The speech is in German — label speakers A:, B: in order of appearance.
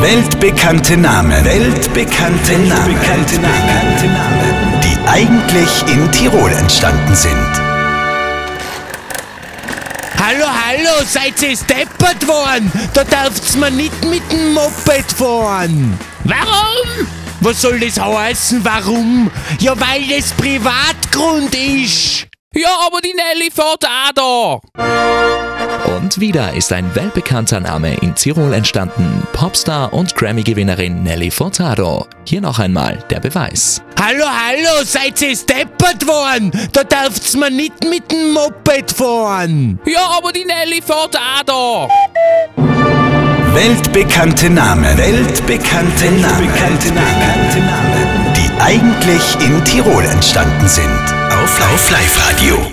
A: Weltbekannte Namen. Weltbekannte, Namen. Weltbekannte Namen. Die eigentlich in Tirol entstanden sind.
B: Hallo, hallo, seid ihr steppert worden? Da darft's man nicht mit dem Moped fahren.
C: Warum?
B: Was soll das heißen, warum? Ja, weil das Privatgrund ist.
C: Ja, aber die Nelly fährt auch da.
D: Und wieder ist ein weltbekannter Name in Tirol entstanden. Popstar und Grammy-Gewinnerin Nelly Furtado. Hier noch einmal der Beweis.
B: Hallo, hallo, seid ihr steppert worden? Da darft's man nicht mit dem Moped fahren.
C: Ja, aber die Nelly fährt auch da.
A: Weltbekannte Namen. Weltbekannte, Namen. Die eigentlich in Tirol entstanden sind. Auf Lauf Live Radio.